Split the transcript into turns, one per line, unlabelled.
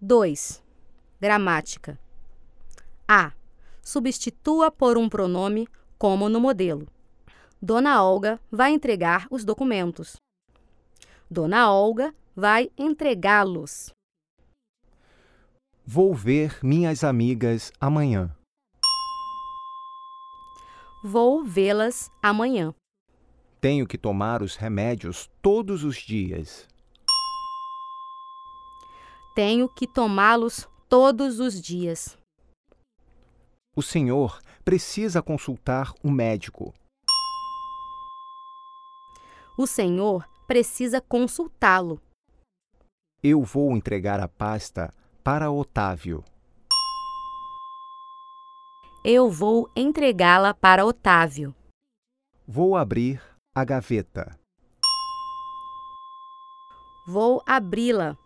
2. Gramática. A. Substitua por um pronome, como no modelo. Dona Olga vai entregar os documentos. Dona Olga vai entregá-los.
Vou ver minhas amigas amanhã.
Vou vê-las amanhã.
Tenho que tomar os remédios todos os dias.
Tenho que tomá-los todos os dias.
O senhor precisa consultar um médico.
O senhor precisa consultá-lo.
Eu vou entregar a pasta para Otávio.
Eu vou entregá-la para Otávio.
Vou abrir a gaveta.
Vou abri-la.